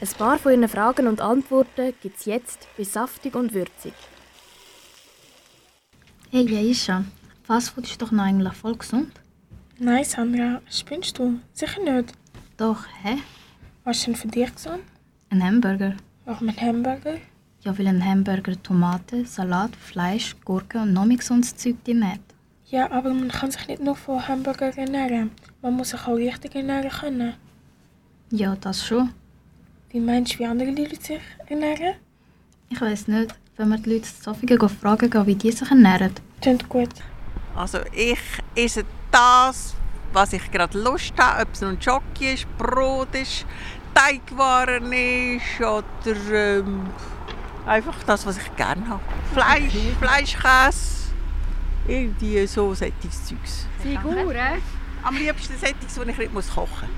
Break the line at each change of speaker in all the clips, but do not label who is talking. Ein paar von Ihren Fragen und Antworten gibt es jetzt bei Saftig und Würzig.
Hey Jaisha, Fastfood ist doch noch eigentlich voll gesund.
Nein, Sandra, spinnst du? Sicher nicht.
Doch, hä?
Was ist denn für dich gesund?
Ein Hamburger.
Warum ein Hamburger?
Ja, weil ein Hamburger Tomate, Salat, Fleisch, Gurke und noch mehr gesundes Zeug drin hat.
Ja, aber man kann sich nicht nur von Hamburger ernähren. Man muss sich auch richtig ernähren können.
Ja, das schon.
Wie meinst du, wie andere Leute sich ernähren?
Ich weiß nicht, wenn wir die Leute so viel fragen, gehen, wie die sich ernähren.
Klingt gut.
Also ich esse das, was ich gerade Lust habe, ob es nun Schoki ist, Brot ist, Teigwaren ist oder ähm, einfach das, was ich gerne habe. Fleisch, Fleischkäse, irgendwie so solches Zeugs.
Figuren.
Am liebsten solches, das ich nicht muss kochen muss.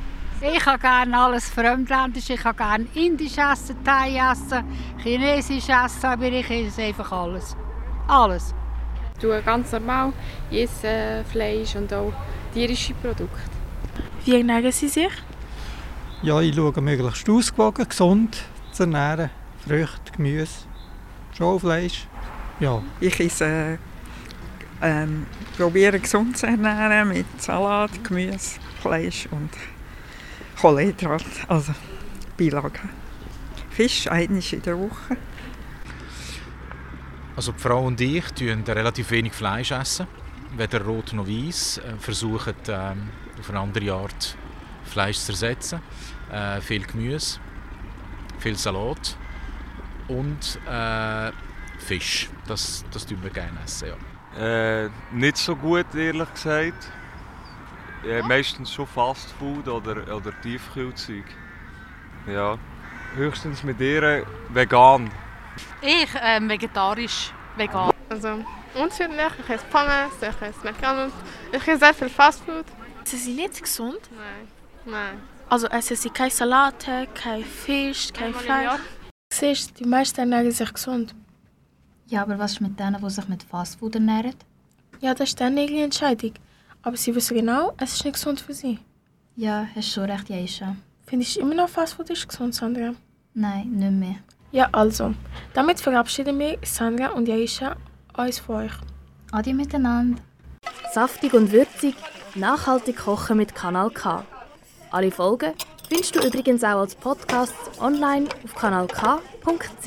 Ich habe gerne alles Fremdländisch. Ich habe gerne Indisch essen, Thai essen, Chinesisch essen, aber ich esse einfach alles. Alles.
Ich tue ganz normal, ich esse Fleisch und auch tierische Produkte.
Wie ernähren sie sich?
Ja, ich schaue möglichst ausgewogen, gesund zu ernähren. Früchte, Gemüse, schon Fleisch. Ja,
Ich esse, ähm, probiere gesund zu ernähren mit Salat, Gemüse, Fleisch und Kohlenhydrate, also Beilagen. Fisch einmal in der Woche.
Also die Frau und ich essen relativ wenig Fleisch, essen, weder rot noch weiß, äh, versuchen ähm, auf eine andere Art Fleisch zu ersetzen. Äh, viel Gemüse, viel Salat und äh, Fisch. Das, das tun wir gerne essen, ja.
Äh, nicht so gut, ehrlich gesagt. Ja, Meistens schon Fastfood oder, oder Tiefkühlzeug. Ja. Höchstens mit ihr vegan.
Ich ähm, vegetarisch, vegan.
Also unterschiedlich, ich esse Pommes, ich esse McDonalds, ich esse sehr viel Fastfood.
Essen sie nicht gesund?
Nein, nein.
Also essen sie keine Salate, kein Fisch, kein
Einmal im Jahr.
Fleisch? Siehst du, die meisten ernähren sich gesund.
Ja, aber was ist mit denen, die sich mit Fastfood ernähren?
Ja, das ist dann ihre Entscheidung. Aber sie wissen genau, es ist nicht gesund für sie.
Ja, hast schon recht, Jaisha.
Findest du immer noch Fastfood ist gesund, Sandra?
Nein, nicht mehr.
Ja, also. Damit verabschieden wir Sandra und Jaisha uns von euch.
Adi miteinander.
Saftig und würzig, nachhaltig kochen mit Kanal K. Alle Folgen findest du übrigens auch als Podcast online auf kanalk.ch.